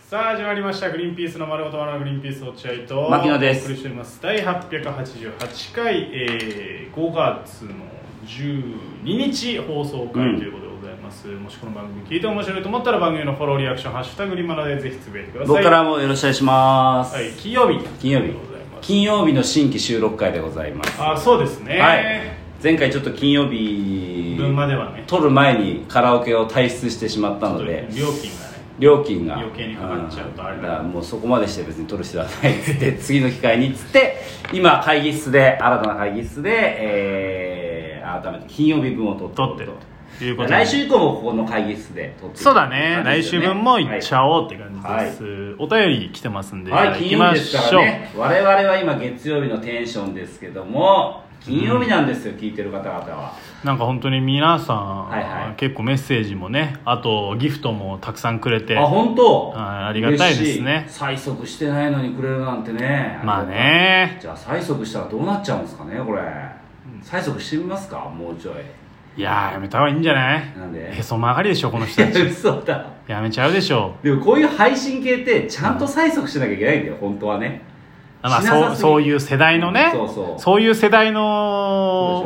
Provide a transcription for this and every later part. さあ始まりました「グリーンピースの丸ごとのグリーンピース落合」と牧野ですお送りしております第888回、えー、5月の12日放送う回んということでございます、もしこの番組聞いて面白いと思ったら番組のフォローリアクション「ハッシュタググリマナ」でぜひつぶやいてください僕からもよろしくお願いします、はい、金曜日金曜日でございます金曜日の新規収録会でございますあそうですね、はい前回ちょっと金曜日分まではね撮る前にカラオケを退出してしまったので料金がね料金が余計にかかっちゃうとあれだんだからもうそこまでして別に撮る必要はないっつって次の機会にっつって今会議室で新たな会議室で、えー改めて金曜日分を撮って取ってるということで来週以降もここの会議室で撮っていくそうだね来週分もいっちうゃおうって感じです、お便り来てますんで、はい、行金き曜ま日でしすかょう、らね我々は今月曜日のテンションですけども金曜日なんですよ、聞いてる方々はなんか本当に皆さん、はいはい結構メッセージもねあとギフトもたくさんくれてあ本当はいありがたいですね嬉しい催促してないのにくれるなんてねまあねじゃあ催促したらどうなっちゃうんですかねこれ催促してみますかもうちょいいやーやめた方がいいんじゃないなんでへそ曲がりでしょこの人た ち嘘だやめちゃうでしょでもこういう配信系ってちゃんと催促しなきゃいけないんだよ本当はねまあ、しなさすぎそうそういう世代のねそうそうそういう世代そう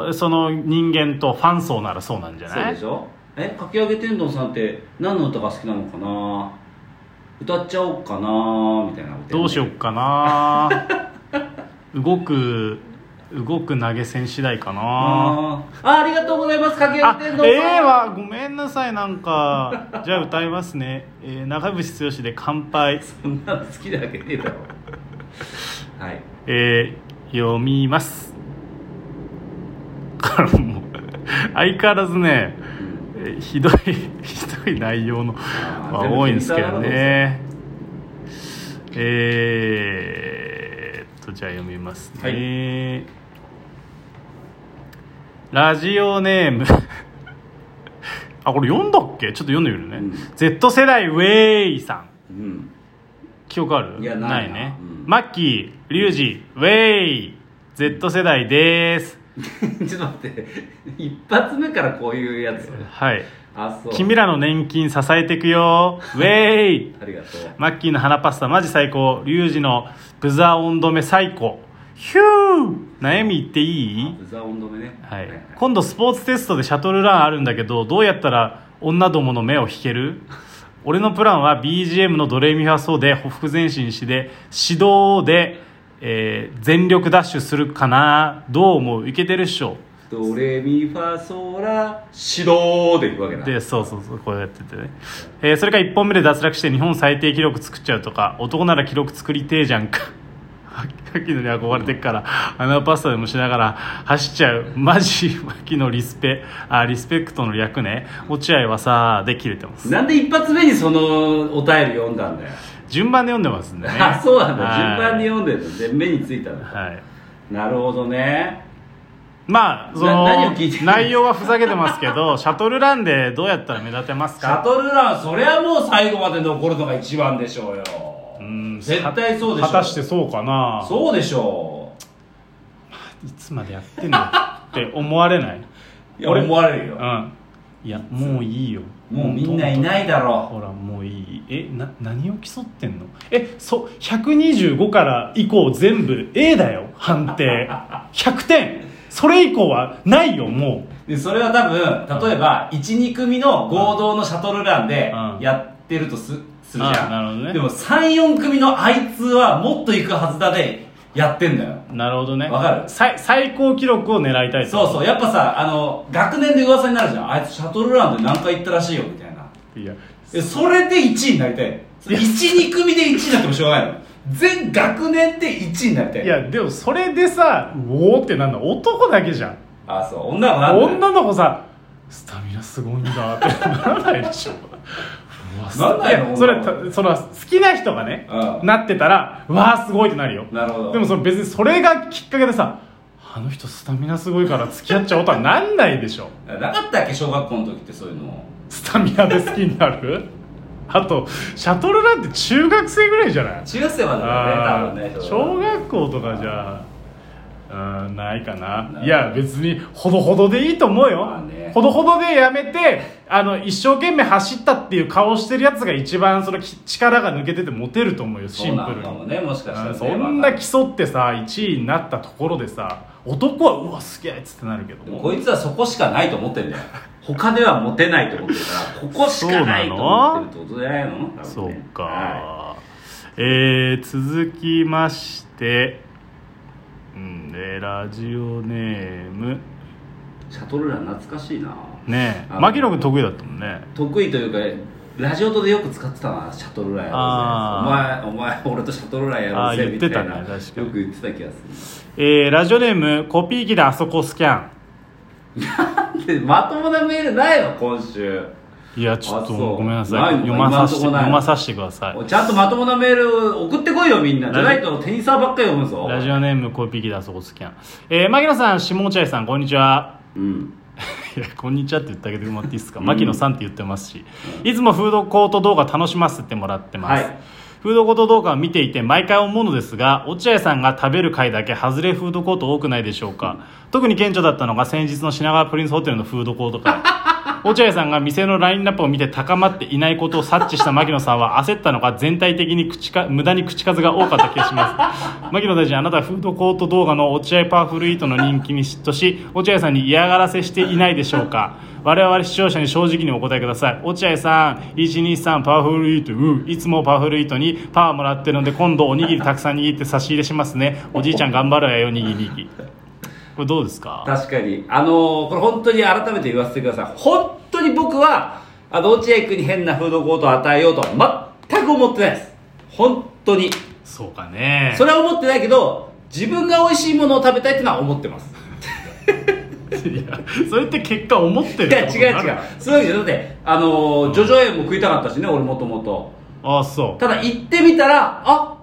のでその人間とファン層ならそうなんじゃそうなでいしょえかき揚げ天丼さんって何の歌が好きなのかな歌っちゃおうかなみたいなどうしようっか な動く動く投げ銭次第かなあーあありがとうございますかき揚あげえ天丼さんえわごめんなさいなんかじゃあ歌いますね、えー長渕剛で「乾杯そんなの好きなわけねえだろはい」えー読みます からもう相変わらずね、えーひどい ひどい内容のあーは全部多いんですけツイどッターなねえー、っとじゃあ読みますね、ラジオネーム あこれ読んだっけちょっと読んでみるね、うん Z 世代ウェイさんうん記憶あるいやないなね、うんマッキーリュウジウェイ Z 世代です ちょっと待って一発目からこういうやつはいあそう君らの年金支えてくよウェイありがとうマッキーの花パスタマジ最高リュウジのブザー音止め最高ヒュー悩み言っていいブザ音止めねはいはい今度スポーツテストでシャトルランあるんだけどどうやったら女どもの目を引ける俺のプランは BGM のドレミファソでほふく前進しで指導で、えー全力ダッシュするかなどう思ういけてるっしょドレミファソラシドでいくわけだでそうそうそうこうやっててね、えーそれから1本目で脱落して日本最低記録作っちゃうとか男なら記録作りてえじゃんか 牧野に憧れてっからあのパスタでもしながら走っちゃうマジ牧野リスペあリスペクトの略ね落合はさで切れてますなんで一発目にそのお便り読んだんだよ、順番で読んでますんでねあそうなんだ、はい順番に読んでるの全面についたのはいなるほどねまあそなの何を聞いてる内容はふざけてますけどシャトルランでどうやったら目立てますシャかトルランそれはもう最後まで残るのが一番でしょうようん絶対そうでしょ果たしてそうかなそうでしょいつまでやってんのって思われないういや俺思われるよ、んいやもういいよもうみんないないだろほらもういいえな何を競ってんのえそ125から以降全部 A だよ判定100点それ以降はないよもううでそれは多分例えば12組の合同のシャトルランでうんやってるとすするじゃあんなるほどねでも34組のあいつはもっと行くはずだでやってんだよなるほどねわかる最最高記録を狙いたいとそうそうやっぱさあの学年で噂になるじゃんあいつシャトルランで何回行ったらしいよみたいないやえそれで1位になりたい12組で1位になってもしょうがないの全学年で1位になりたいいやでもそれでさうおーってなんだ男だけじゃんあそう女の子なんだよ女の子さスタミナすごいんだって ならないでしょうわすなんないのいや女それの子たその好きな人がね、うんなってたらうわーすごいってなるよなるほどでもその別にそれがきっかけでさあの人スタミナすごいから付き合っちゃおうとはなんないでしょなかったっけ小学校の時ってそういうのスタミナで好きになるあとシャトルなんて中学生ぐらいじゃない中学生までだあよねー多分ね小学校とかじゃうんないかなないいや別にほどほどでいいと思うよ、まあねほどほどでやめてあの一生懸命走ったっていう顔してるやつが一番そのき力が抜けててモテると思うよシそうンなプルのにかもねもしかしたらねそんな競ってさ1位になったところでさ男はうわすげえっつってなるけどでもこいつはそこしかないと思ってんだよ他ではモテないと思ってるからここしかないと思ってるってことじゃないの多分ねそうか、はえー続きまして、うんえーラジオネームいシャトルラン懐かしいなねえあの牧野君得意だったもんね得意というかラジオとでよく使ってたなシャトルランやろうぜお前お前俺とシャトルランやろうあぜー言っみたていなたね確かによく言ってた気がすえーラジオネームコピー機であそこスキャンるでまともなメールないの今週いやちょっとあそうごめんなさいないの読まさせて今んとこない読まさせてくださいちゃんとまともなメール送ってこいよみんなじゃないとテニサーばっかり読むぞラジオネームコピー機であそこスキャンえー牧野さん下落合さんこんにちは うんいやこんにちはって言ってあげてもらっていいですかうん牧野さんって言ってますし、いつもフードコート動画楽しませてもらってます、はいフードコート動画を見ていて毎回思うのですが落合さんが食べる回だけ外れフードコート多くないでしょうか、特に顕著だったのが先日の品川プリンスホテルのフードコート会落合さんが店のラインナップを見て高まっていないことを察知した牧野さん は焦ったのか全体的に口か無駄に口数が多かった気がします 牧野大臣あなたはフードコート動画の落合パワフルイートの人気に嫉妬し落合さんに嫌がらせしていないでしょうか我々視聴者に正直にお答えください落合さん123パワフルイートうういつもパワフルイートにパワーもらってるので今度おにぎりたくさん握って差し入れしますねおじいちゃん頑張るわよおにぎりにこれどうですか確かにあのーこれ本当に改めて言わせてください本当に僕はあの落合君に変なフードコートを与えようとは全く思ってないです本当にそうかねそれは思ってないけど自分が美味しいものを食べたいってのは思ってますいやそれって結果思ってるいやってこと違にうなる違うそういうわけじゃなくてあのージョジョ園も食いたかったしね俺もともとああそうただ行ってみたらあ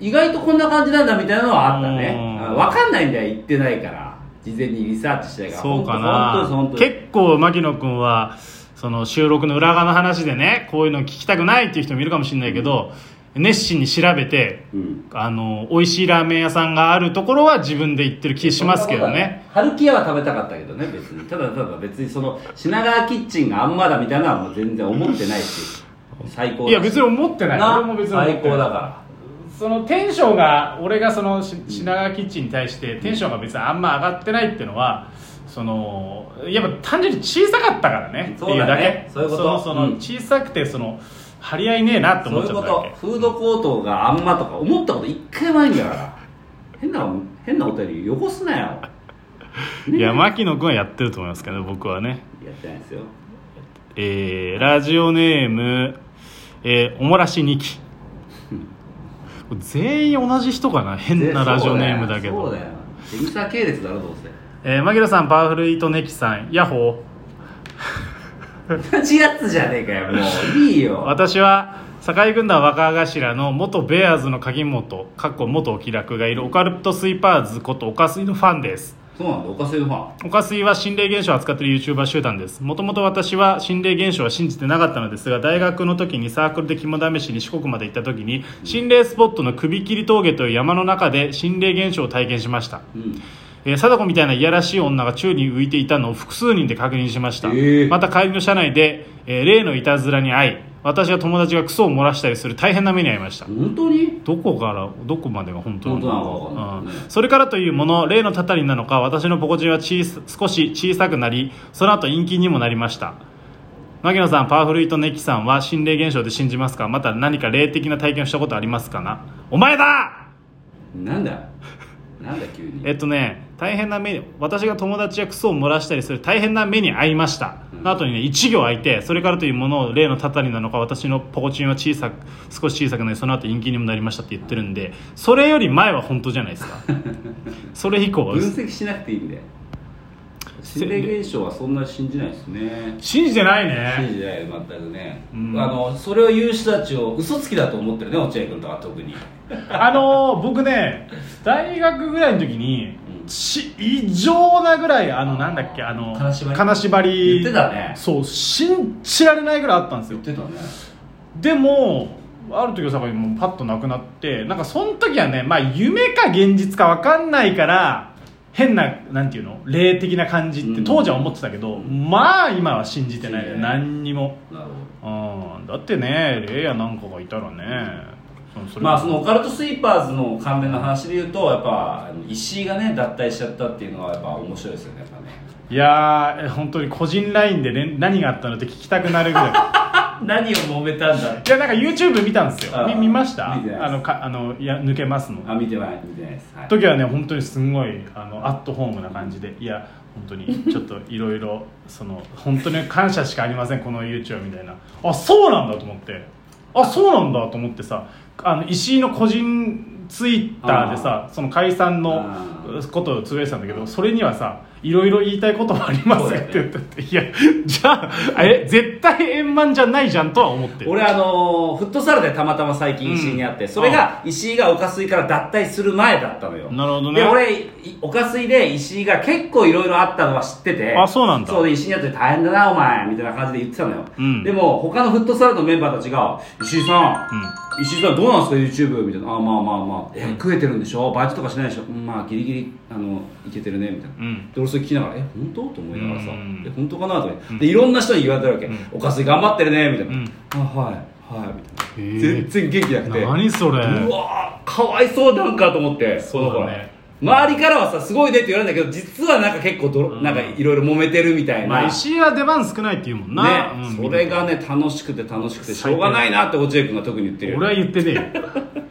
意外とこんな感じなんだみたいなのはあったねうんうんわかんないんだよ行ってないから事前にリサーチしてないからそうか本な当です本当です結構牧野君はその収録の裏側の話でねこういうの聞きたくないっていう人もいるかもしれないけど、熱心に調べてうんあの美味しいラーメン屋さんがあるところは自分で行ってる気しますけどね春木屋は食べたかったけどね別にただただ別にその品川キッチンがあんまだみたいなのはもう全然思ってないし最高だいや別に思ってないな俺も別に思ってな最い高だかそのテンションが俺がそのし品川キッチンに対してテンションが別にあんま上がってないっていうのはそのやっぱ単純に小さかったからねっていうだけそうだねそういうことそのそのうん小さくてその張り合いねえなっらてそう思いっうちゃこったわとけフードコートがあんまとか思ったこと一回もないんだから変な変なお便りよこすなよいや牧野君はやってると思いますけどね僕はねやってないですよえーラジオネーム、えーおもらし2期全員同じ人かな変なラジオネームだけどそうだよそうだよデミサー系列だろどうえー、マギロさんパワフルイートネキさんヤッホーせ同じやつじゃねえかよもういいよ私は堺軍団若頭の元ベアーズの鍵本かっこ元お気楽がいるオカルトスイパーズことオカスイのファンですそうなんだおかせのファンオカスイは心霊現象を扱っている YouTuber 集団ですもともと私は心霊現象は信じてなかったのですが大学の時にサークルで肝試しに四国まで行った時に心霊スポットの首切り峠という山の中で心霊現象を体験しました、うんえー貞子みたいないやらしい女が宙に浮いていたのを複数人で確認しました、ええまた帰りの車内で、えー例のいたずらに遭い私は友達がクソを漏らしたりする大変な目に遭いました本当にどこからどこまでが本当なのか本当なのか分かんないねうんそれからというもの例のたたりなのか私のポコチンは小さ少し小さくなりその後陰気にもなりました牧野さんパワフルイートネキさんは心霊現象で信じますかまた何か霊的な体験をしたことありますかなお前だなんだよなんだ急にえっとね大変な目に私が友達やクソを漏らしたりする大変な目に遭いました、うんあとにね1行空いてそれからというものを例のたたりなのか私のポコチンは小さく少し小さくなりその後陰気にもなりましたって言ってるんでそれより前は本当じゃないです かそれ以降は分析しなくていいんだよ心霊現象はそんな信じないですね信じてない信ねじない全くね、うんあのそれを言う人たちを嘘つきだと思ってるね落合君とか特にあのー僕ね大学ぐらいの時にうんし異常なぐらいあのなんだっけあの金縛り金縛り言ってたねそう信じられないぐらいあったんですよ言ってたねでもある時はさもうパッとなくなってなんかその時はねまあ夢か現実か分かんないから変ななんていうの霊的な感じって当時は思ってたけど、まあ今は信じてない信じてない何にも、なるほうん、だってね霊やなんかがいたらねそのそどれまあそのオカルトスイーパーズの関連の話で言うとやっぱ石井がね脱退しちゃったっていうのはやっぱ面白いですよねやっぱねいやー本当に個人 LINE で、ね、何があったのって聞きたくなるぐ らい 何を揉めたんだいやなんか YouTube 見たんですよあみ見ました見てないですあのかあのいや抜けますの あ見てない見てないです、はい、時はね本当にすごいあのアットホームな感じでいや本当 にちょっといろいろその本当に感謝しかありませんこの YouTube みたいなあそうなんだと思ってあそうなんだと思ってさあの石井の個人ツイッターでさその解散のあことをつぶやいてたんだけどそれにはさいろいろ言いたいこともありますって言ってて、いやじゃあえ絶対円満じゃないじゃんとは思ってる俺あのーフットサルでたまたま最近石井に会って、うんそれが石井がおかすいから脱退する前だったのよなるほどねで俺いおかすいで石井が結構いろいろあったのは知っててあそうなんだそうで石井に会って大変だなお前みたいな感じで言ってたのよ、うんでも他のフットサルのメンバーたちが石井さん、うん石井さんどうなんですか YouTube みたいなあまあまあまあえ食えてるんでしょバイトとかしないでしょうんまあギリギリあのいけてるねみたいな、うんで俺それ聞きながらえ本当と思いながらさ、うんえ本当かなとかでいろんな人に言われてるわけ、おかすい頑張ってるねみたいな、うんあはいはいみたいへなえ全然元気なくて何それうわーかわいそうなんかと思ってそのそ頃うだね周りからはさすごいねって言われるんだけど実はなんか結構どろ、うんなんかいろいろ揉めてるみたいな、まあ、石井は出番少ないって言うもんな、うねんそれがね楽しくて楽しくてし最低ょうがないなって落合君が特に言ってるよ俺は言ってねえよ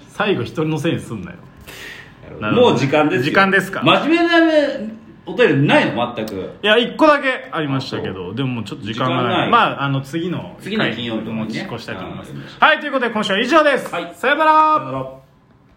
最後一人のせいにすんなよなるほどもう時間ですよ時間ですか真面目なお便りないの全くいや一個だけありましたけどでももうちょっと時間がない時間ないまああの次の次の金曜日とかにね持ち越したいと思いますうんはいということで今週は以上です、はいさよならさよなら